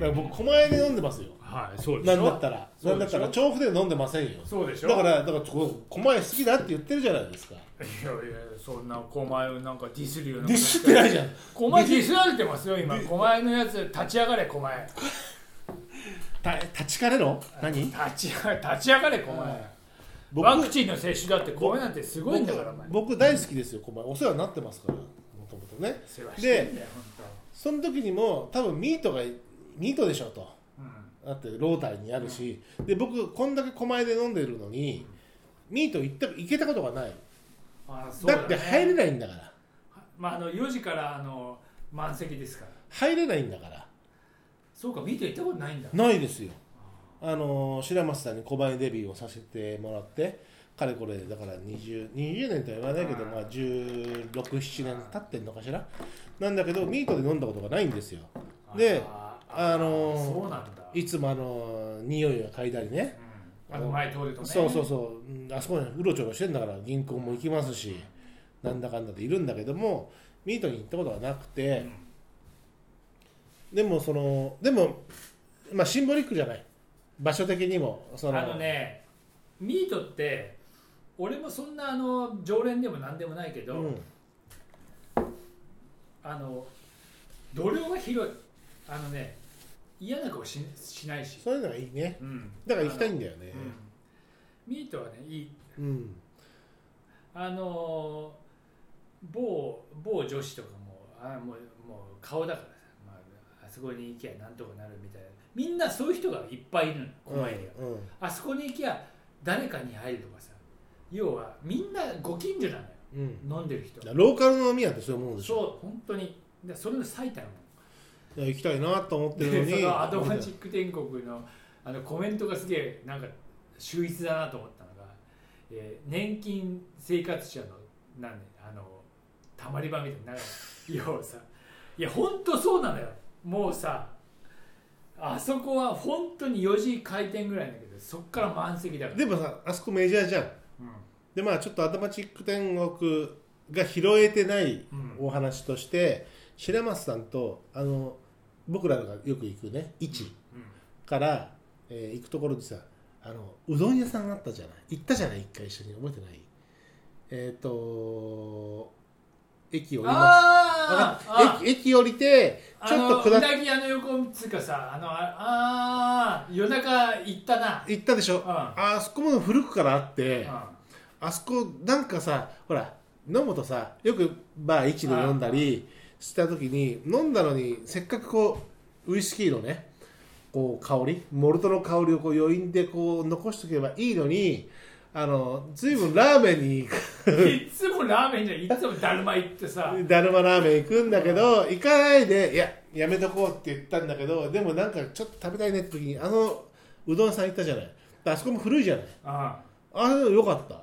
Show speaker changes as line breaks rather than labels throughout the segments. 狛江で飲んでますよ
はいそうで
な
し
ん
ょ
だったら
そ
な
うん
だ
で
っ
しょ
たら調布で飲んでませんよ
そうでしょ
だからだからこ狛江好きだって言ってるじゃないですか
いやいやそんな狛江をなんかディスるような
ディスってないじゃん
狛江ディスられてますよ今狛江のやつ立ち上がれ狛江
た立ちかれろ何
立ち上が立ち上がれ狛江
僕
ワクチンの接種だって狛江なんてすごいんだからお前
僕僕大好きですよ狛江お世話になってますからもともとね
世話してんだよ本
その時にも多分ミートがミートでしょと
当うん
だってロータリーにあるし、で僕こんだけ狛江で飲んでるのにミート行った行けたことがない
あそう
だ,、
だね
って入れないんだから
まああの4時からあの満席ですから
入れないんだから
そうか見て行ったことないんだ
ないですよあのー白松さんに小林デビューをさせてもらってかれこれだから 20, 20年とは言わないけど、まあ、1617年経ってんのかしらなんだけどミートで飲んだことがないんですよで
あ
あのー
そうなんだ
いつもあのー匂いを嗅いだりね
うんあの前通るとね
そうそうそううんあそこにうろちょろしてんだから銀行も行きますしなんだかんだでいるんだけどもミートに行ったことはなくて、でもそのでもまあシンボリックじゃない場所的にもその
あのねミートって俺もそんなあの常連でも何でもないけ
う
ど、
ん、
あの度量が広いあのね嫌な顔ししないし、
そういうのがいいね
うん
だから行きたい
あの
んだよね
うんミートはねいい
うん、
あのー某某女子とかもあもうもう顔だからさ、まあ、あそこに行きゃなんとかなるみたいなみんなそういう人がいっぱいいるの
う
こ
ん
のエリア、あそこに行きゃ誰かに入るとかさ要はみんなご近所なのよ
うんうん
飲んでる人
だからローカルの飲み屋ってそういうものでしょ
そう本当にでそれの最たるも
いや行きたいなと思ってるの
のでそ
に
のアドマチック天国のあのコメントがすげえなんか秀逸だなと思ったのが、えー年金生活者のなん、ね、あのたまり場みたいななんか 要はさいや本当そうなのよもうさあそこは本当に4時開店ぐらいだけどそっから満席だから、
でもさあそこメジャーじゃんでまあちょっとアドマチック天国が拾えてない
うんうん、
お話として白松さんとあの僕らがよく行くね位置から、えー行くところでさあのうどん屋さんあったじゃない行ったじゃない一回一緒に覚えてないえっ、と駅を今
あーあ
駅駅降りてち
ちょ
ょ
っ
っと
と下
下っ
っ
て
うなぎ屋の横つうかさあのああー夜中行ったな
行ったでしょ、
うん
あそこも古くからあって、
う
あそこなんかさほら飲むとさよくバー1で飲んだりした時に飲んだのにせっかくこうウイスキーのねこう香りモルトの香りをこう余韻でこう残しておけばいいのにあの随分ラーメンに行
んいっつもラーメンじゃんいっつもだるま行ってさ
くだるまラーメン行くんだけど行かないでいややめとこうって言ったんだけどでもなんかちょっと食べたいねって時にあのうどん屋さん行ったじゃないあそこも古いじゃない
あ
あれよかった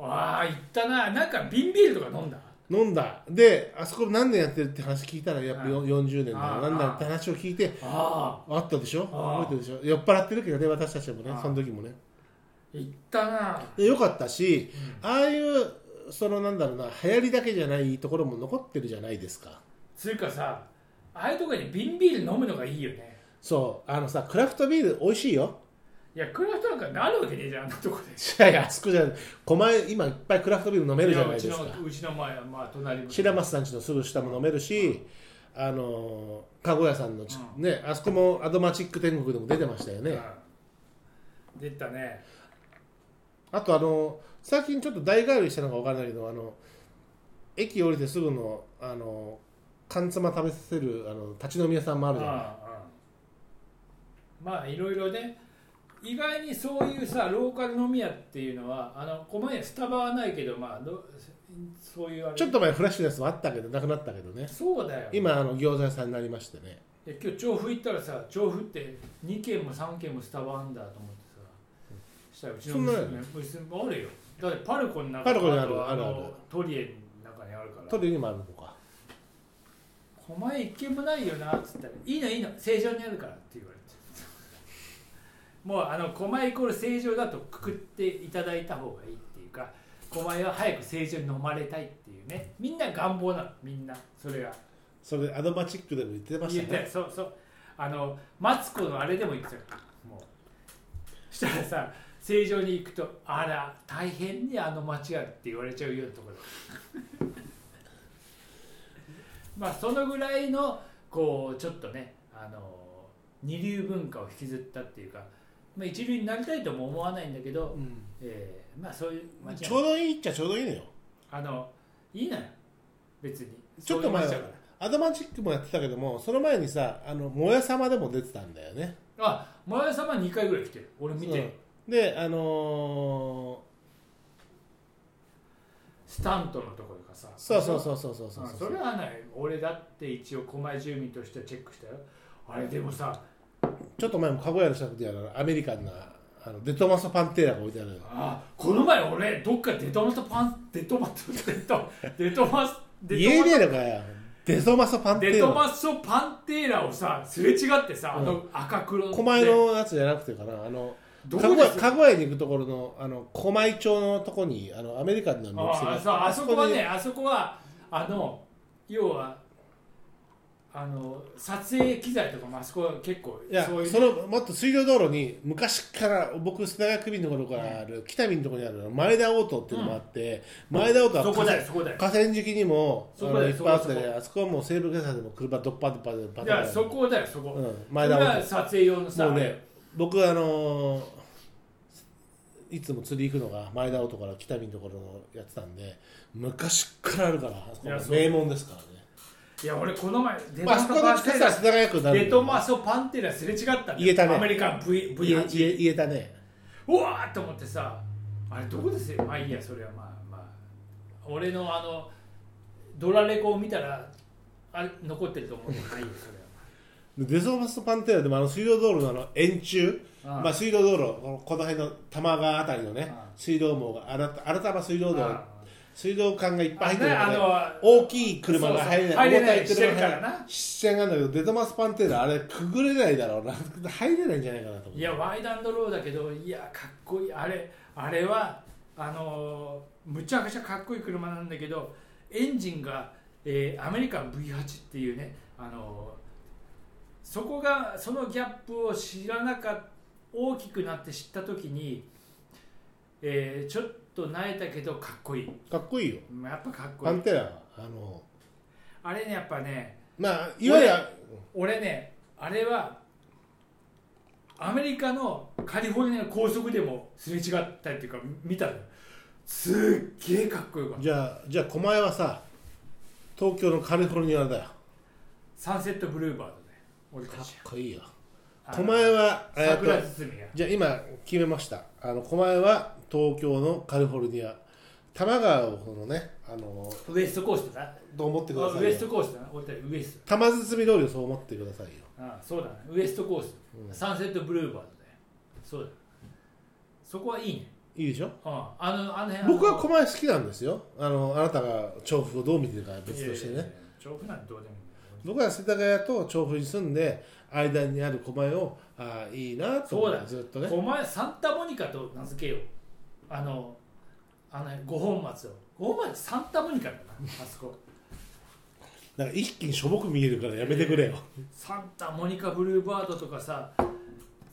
あ行ったななんか瓶ビールとか飲んだ
飲んだであそこ何年やってるって話聞いたらやっぱよ40年だな
ああ
なんだって話を聞いて
ああ
あったでしょ
ああ
覚えてるでしょ酔っ払ってるけどね私たちもね
ああ
その時もね
行ったな
でよかったし、ああいうそのなんだろうな流行りだけじゃないところも残ってるじゃないですか
つうかさああいうとこに瓶ビール飲むのがいいよね
そうあのさクラフトビール美味しいよ
いやクラフトなんかなるわけねえじゃんあんなとこで
いやいやあそこじゃ狛江今いっぱいクラフトビール飲めるじゃないですか
やうちのうちの前まあ隣も
白松さんちのすぐ下も飲めるし、あのかご屋さんのち、ねあそこもアドマチック天国でも出てましたよね、
うん出たね
あとあの最近ちょっと大変わりしたのか分からないけどあの駅降りてすぐのあの缶つま食べさせるあの立ち飲み屋さんもあるじゃない
うんうんまあいろいろね意外にそういうさローカル飲み屋っていうのはあの狛江スタバはないけどまあどそういうあれ
ちょっと前フラッシュのやつもあったけどなくなったけどね
そうだよ
今あの餃子屋さんになりましてね
いや今日調布行ったらさ調布って2軒も3軒もスタバあんだと思ってさしたらうちの
そんな
娘娘あるよだってパルコの中
パルコにある
と
あるある
のトリエの中にあるから
トリにもあるのか
狛江一軒もないよなっつったら「いいのいいの正常にあるから」って言われてもうあの狛江イコール正常だとくくっていただいた方がいいっていうか狛江は早く正常に飲まれたいっていうねみんな願望なのみんなそれが
それアドマチックでも言ってまし
言ったて
ね
そうそうあのマツコのあれでも行ってたからもうしたらさ正常に行くとあら大変にあの町がって言われちゃうようなところ まあそのぐらいのこうちょっとねあの二流文化を引きずったっていうか、まあ、一流になりたいとも思わないんだけど、えーまあそういう町
ち
な
ょ
の
うどいいっちゃちょうどいいのよ
あのいいなよ別に
ちょっと前は
そういう街だから
アドマチックもやってたけどもその前にさあのもやさまでも出てたんだよね
あ前様2回ぐらい来てる俺見てる、
うんであの
スタントのところがさ
ー、そうそうそうそうそうそう
うんそれはない俺だって一応狛江住民としてチェックしたよあれでもさ
ちょっと前もかごやの近くでやるアメリカンなあのデトマス・パンテーラが置いてあるのよ
あこの前俺どっかデトマスパンデトマスデトデトマスデ
言え
ト
ね
マ
えのかよデトマス・パン
ス
テ
デ
ー
ト
ラ
マスとパンテーラをさすれ違ってさ、あの赤黒で
狛江のやつじゃなくてかなあの
ど
かご
こで
や
す
かごやに行くところのあの狛江町のとこにあのアメリカンなの
ああそうあそこはねあそこはあの要はあの撮影機材とかもあそこは結構
いや
そういう
そのもっと水上道路に昔から僕砂川区民の頃からある、北見のところにある前田オートっていうのもあって、前田オートは
そこ
河
だ
川
よそこだよ
河川敷にもあ
そこだ
の
よ
いっぱいあって
そこそこ
あそこはもう西部警察でも車ドッパドッパでパタパタ
いやそこだよそこ、
うん、
それ
前田オー
が
ト
撮影用のさ
もうね僕あのーいつも釣り行くのが前田オートから北見のところのやってたんで昔からあるからあそこ
いやそう
名門ですからね
いや俺この前デ
まああそこの近くは砂川区になるんだけど
デトマソパンテラすれ違ったんだよ
言えたね
アメリカン V-
言え
V8
言え言えたね
うわーっと思ってさあれどこですよまあいいやそれはまあまあ俺のあのドラレコを見たらあれ残っ てると思うんでまあいいよそれは
デゾーマストパンテーラでもあの水道道路のあの円柱
ああ
まあ、水道道路このこの辺の多摩川あたりのね
ああ
水道網が新た新たま水道道
あ
水道管がいっぱい入ってる
あ
中
ね
で
あの
大きい車が入れない
そうそう入れない
重たい車が入
してるからな
視線があるんだけどデトマスパンテーラあれくぐれないだろうな入れないんじゃないかなと思
いやワイダンドローだけどいやかっこいいあれあれはあのーむちゃくちゃかっこいい車なんだけどエンジンが、えーアメリカン V8 っていうね、あのーそこがそのギャップを知らなかっ大きくなって知った時に、えーちょっとなえたけどかっこいい
かっこいいよ
まあやっぱかっこ
パ
いい
ンテーラはあの
あれねやっぱね
まあいわゆる
俺ねあれはアメリカのカリフォルニアの高速でもすれ違ったりっていうか見たのよすっげえかっこよかった
じゃあじゃあ狛江はさ東京のカリフォルニアだよ
サンセットブルーバードね俺
か
た
っ
ち
こいいよ
あの
狛江はえーっと
桜堤が
じゃあ今決めましたあの狛江は東京のカリフォルニア多摩川をこのねあの
ウエストコーストだ
と思ってくだ
あ
さ
ウエ
い
スト
よ
コーストだな俺たちウエスト
玉包み通りをそう思ってくださいよ
ああそうだねウエストコースト、
うん
サンセットブルーバードだよそうだそこはいいね
いいでしょ
うんあのあの辺
僕は
こ
狛江好きなんですよあのあなたが調布をどう見てるかは
別
別と
と
し
してて
ね
ね調布なんてどうでもいいんだよ
僕は世田谷と調布に住んで間にある狛江をああいいなと思ってずっとね
お前サンタモニカと名付けようあのあの五本松を五本松サンタモニカだなあそこ
なんか一気にしょぼく見えるからやめてくれよ、
サンタモニカブルーバードとかさ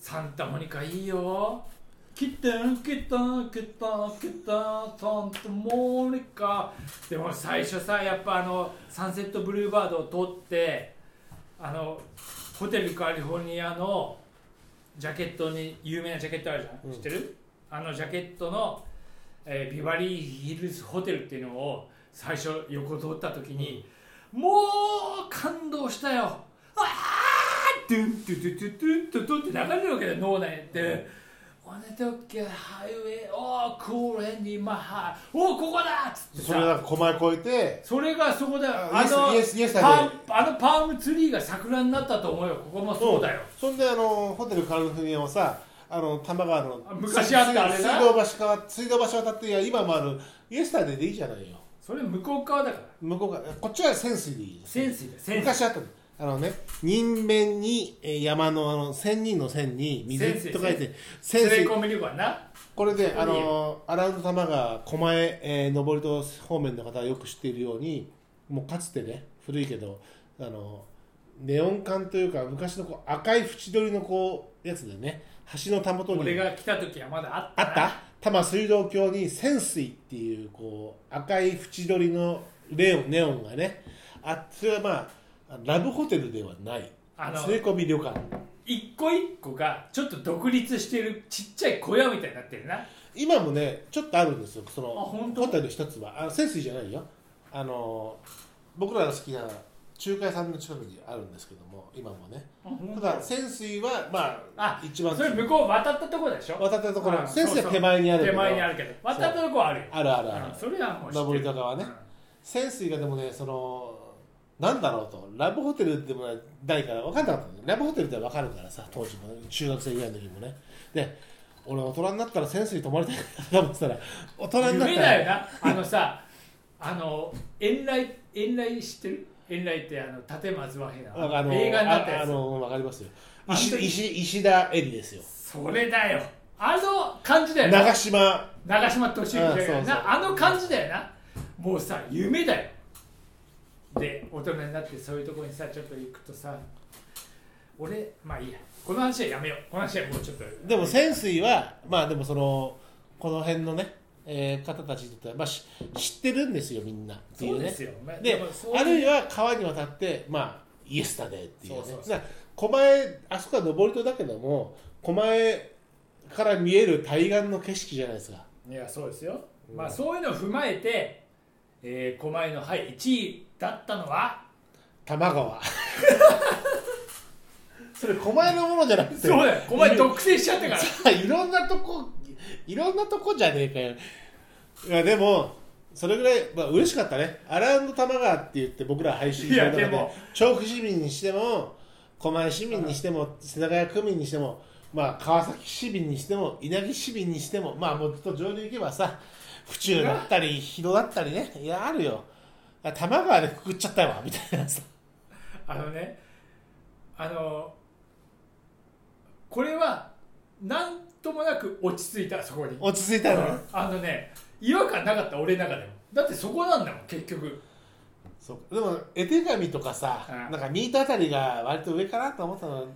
サンタモニカいいよ来て来た来た来たサンタモニカでも最初さやっぱあのサンセットブルーバードを通ってあのホテルカリフォルニアのジャケットに有名なジャケットあるじゃん、
うん
知ってるあのジャケットの、えービバリーヒルズホテルっていうのを最初横通った時に、もう感動したよああドゥンドゥドゥドゥドゥドゥンって流れるわけだよ脳内で。On the Tokyo Highway, oh, cool and in my heart. おうここだっつって
それ
さ
なんか狛江越えて
それがそこだよ
あ
あの
イエスイエスイエスだ
パー
ね
ムあのパームツリーが桜になったと思うよここもそうだよ
そんであのホテルカリフォルニアもさあの多摩川の
あ昔あったあれ
水
な
道橋川水道橋渡っていや今もあるイエスタデイでいいじゃないよ
それ向こう側だから
向こうからこっちは潜水でいいです
潜水だよ潜水
昔あったのあのね人面にえー山のあの千人の千に
潜
水
水
と書いて
連
潜
れ
水
込み旅館な
これで
ここ
あ
に
のアラウンド多摩川狛江、えー上り戸方面の方はよく知っているようにもうかつてね古いけどあのネオン管というか昔のこう赤い縁取りのこうやつでね橋のたもとに
俺が来た時はまだあった
あ
な
った多摩水道橋に潜水っていうこう赤い縁取りのレオンネオンがねあそれはまあラブホテルではない
あの
連れ込み旅館
一個一個がちょっと独立してるちっちゃい小屋みたいになってるな
今もねちょっとあるんですよその
あ本当
ホテル一つはあ潜水じゃないよあの僕らが好きな中華屋さんの近くにあるんですけども今もねただ潜水はまあ
あ
一番
それ向こう渡ったとこでしょ
渡ったところ
うん
潜水は手前にあるけ
手
ど
前にあるけど渡ったとこはあるよ
あるあるある
うんそれはもう知ってる
登り坂はね
うん
潜水がでもねそのなんだろうとラブホテルでもないから分かんなかったのねラブホテルって分かるからさ当時もね、中学生ぐらいの時もねで俺大人になったら潜水泊まりたいなと思ってたら大人になっ
夢
たら
だよなあのさあの遠来遠来知ってる遠来ってあの立松和平
あの
の映画になった
ああ
や
の分かりますよ
あの
石
時
石石田絵里ですよ
つそれだよあの感じだよな
長島
長嶋敏行だよ
うんそうそう
なあの感じだよなもうさ夢だよで大人になってそういうところにさちょっと行くとさ俺まあいいやこの話はやめようこの話はもうちょっと
でも潜水はまあでもそのこの辺のね、えー方たちにとっては、まあ、し知ってるんですよみんなってい
そう
う
で
ね
すよまあ
で
もそう
ある
いう
いは川に渡って、まあ、イエスタデーっていうね
そうそうそう
だから狛江あそこは登り戸だけども狛江から見える対岸の景色じゃないですか
いやそうですよ、まあそういうのを踏まえて、えー、狛江のはい1位だったのは
多摩 川それ狛江のものじゃなくて
そうだよ狛江独占しちゃったか ら
さあいろんなとこいろんなとこじゃねえかよいやでもそれぐらい、まあ嬉しかったね「アラウンド多摩川」って言って僕ら配信してる中
いや
で
でも
調布市民にしても狛江市民にしても世田谷区民にしても、まあ、川崎市民にしても稲城市民にしてもまあもうちょっと上流行けばさ府中だったり広だったりねいやあるよ多摩川でくくっちゃったわみたいなさ
あのねあのこれはなんともなく落ち着いたそこに
落ち着いたの、
あのね違和感なかった俺の中でもだってそこなんだもん結局
そうでも絵手紙とかさ、
うん
なんかミートあたりが割と上かなと思ったの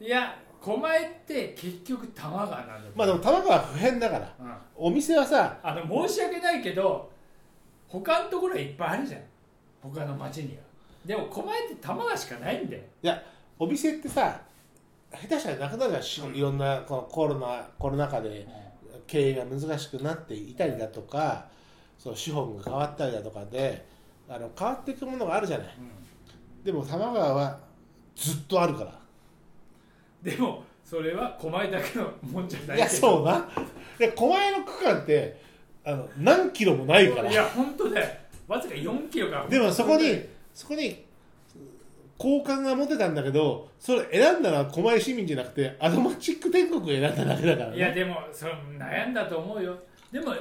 いや狛江って結局多摩川なんだ
まあでも玉川は不変だから
うん
お店はさ
あの申し訳ないけど他のところはいっぱいあるじゃん他の町にはでも狛江って多摩川しかないんだよ
いやお店ってさ下手したらなくなるじゃんしいろんなこのコロナコロナ禍で経営が難しくなっていたりだとかそう資本が変わったりだとかであの変わっていくものがあるじゃないでも玉川はずっとあるから
でもそれは狛江だけのもんじゃない
いやそうなで狛江の区間ってあの何キロもないから
いや本当だよわずか4キロか
でもそこにそこに好感が持てたんだけどそれ選んだのは狛江市民じゃなくてアドマチック天国を選んだだけだから、ね、
いやでもそれ悩んだと思うよでも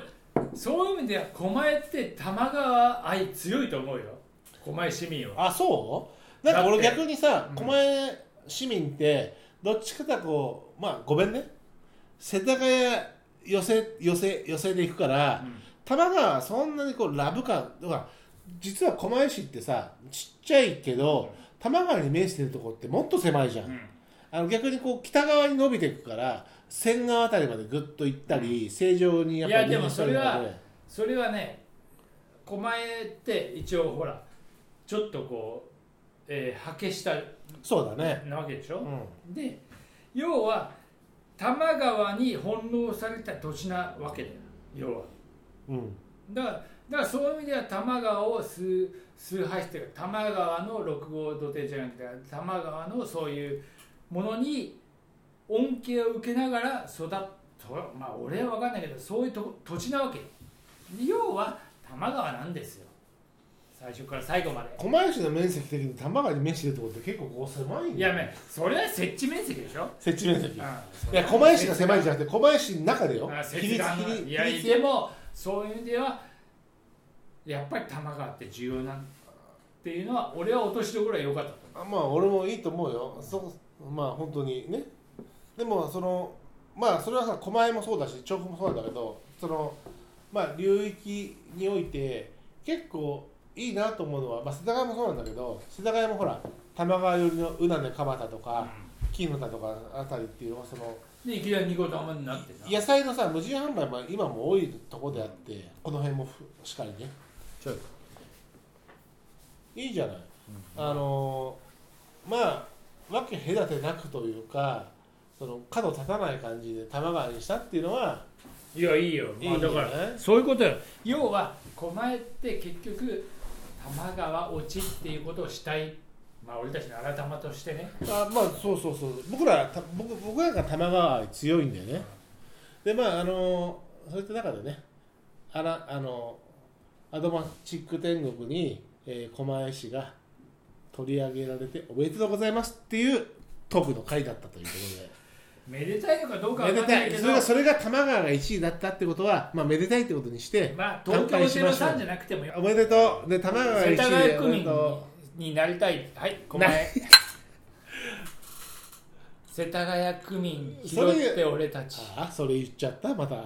そういう意味では狛江って多摩川愛強いと思うよ狛江市民は
あそうなんか俺
だって
逆にさ
うん
狛江市民ってどっちかというとこうまあごめんね世田谷寄せ寄せ寄せで行くから多摩川はそんなにこうラブ感ほら実は狛江市ってさちっちゃいけど多摩川に面してるとこってもっと狭いじゃん
うん
あの逆にこう北側に伸びていくから仙川あたりまでぐっと行ったり、正常にやっぱり
いやでもそれは
流れて
それはね狛江って一応ほらちょっとこう、えー、果けした
るのでそうだね、
なわけでし
う
ょ、
ん、
で要は多摩川に翻弄された土地なわけだよ要は
うん、
だからだからそういう意味では多摩川を崇崇拝してる多摩川の六号土手じゃなくて多摩川のそういうものに恩恵を受けながら育ったまあ俺は分かんないけどそういうと土地なわけよ要は多摩川なんですよ最初から最後まで
狛江市の面積的に多摩川に面してるところって結構こう狭いん
い
だよ
やめそれは設置面積でしょ、
設置面積
う
い
ん
や狛江市が狭いじゃなくて狛江市の中でよ
あ
比
切
率
断
比率
いや
比率
でもそういう意味ではやっぱり多摩川って重要なんっていうのは俺は落としどころは良かったと
あまあ俺もいいと思うよそまあ本当にねでもそのまあそれはさ狛江もそうだし調布もそうなんだけどそのまあ流域において結構いいなと思うのは、まあ、世田谷もそうなんだけど世田谷もほら多玉川寄りの宇奈の蒲田と
う
か金の田とかあたりっていうその
んでいきなり二号とあんまりなってな
野菜のさ無人販売も今も多いとこであってこの辺もふしっかりね
ちょっ
いいじゃない、あのーまあわけ隔てなくというかその角立たない感じで玉川にしたっていうのはい
やいいよ、
いい
まあ、
んじ
だ
ゃ
か
な
ら
い、
そういうことよ要は狛江って結局玉川落ちっていうことをしたいまあ俺たちの改まとしてね
あまあそうそうそう僕らた僕僕らが玉川愛強いんだよねでまああのそういった中でねあらあのアドマチック天国に、えー、狛江市が取り上げられておめでとうございますっていうトークの回だったというこ
めでたいのかどうか
と
は
でめ
分か
でた
んない
い
け
そ
ど
れがそれが玉川が1位だったってことはまあめでたいってことにして
まあ東京03じゃなくても
おめでとうで玉川が1
世
位で
田谷
お
区
めで
民
と
になりたいはい狛江 世田谷区民拾って俺た
う
ち
ああそれ言っちゃったまた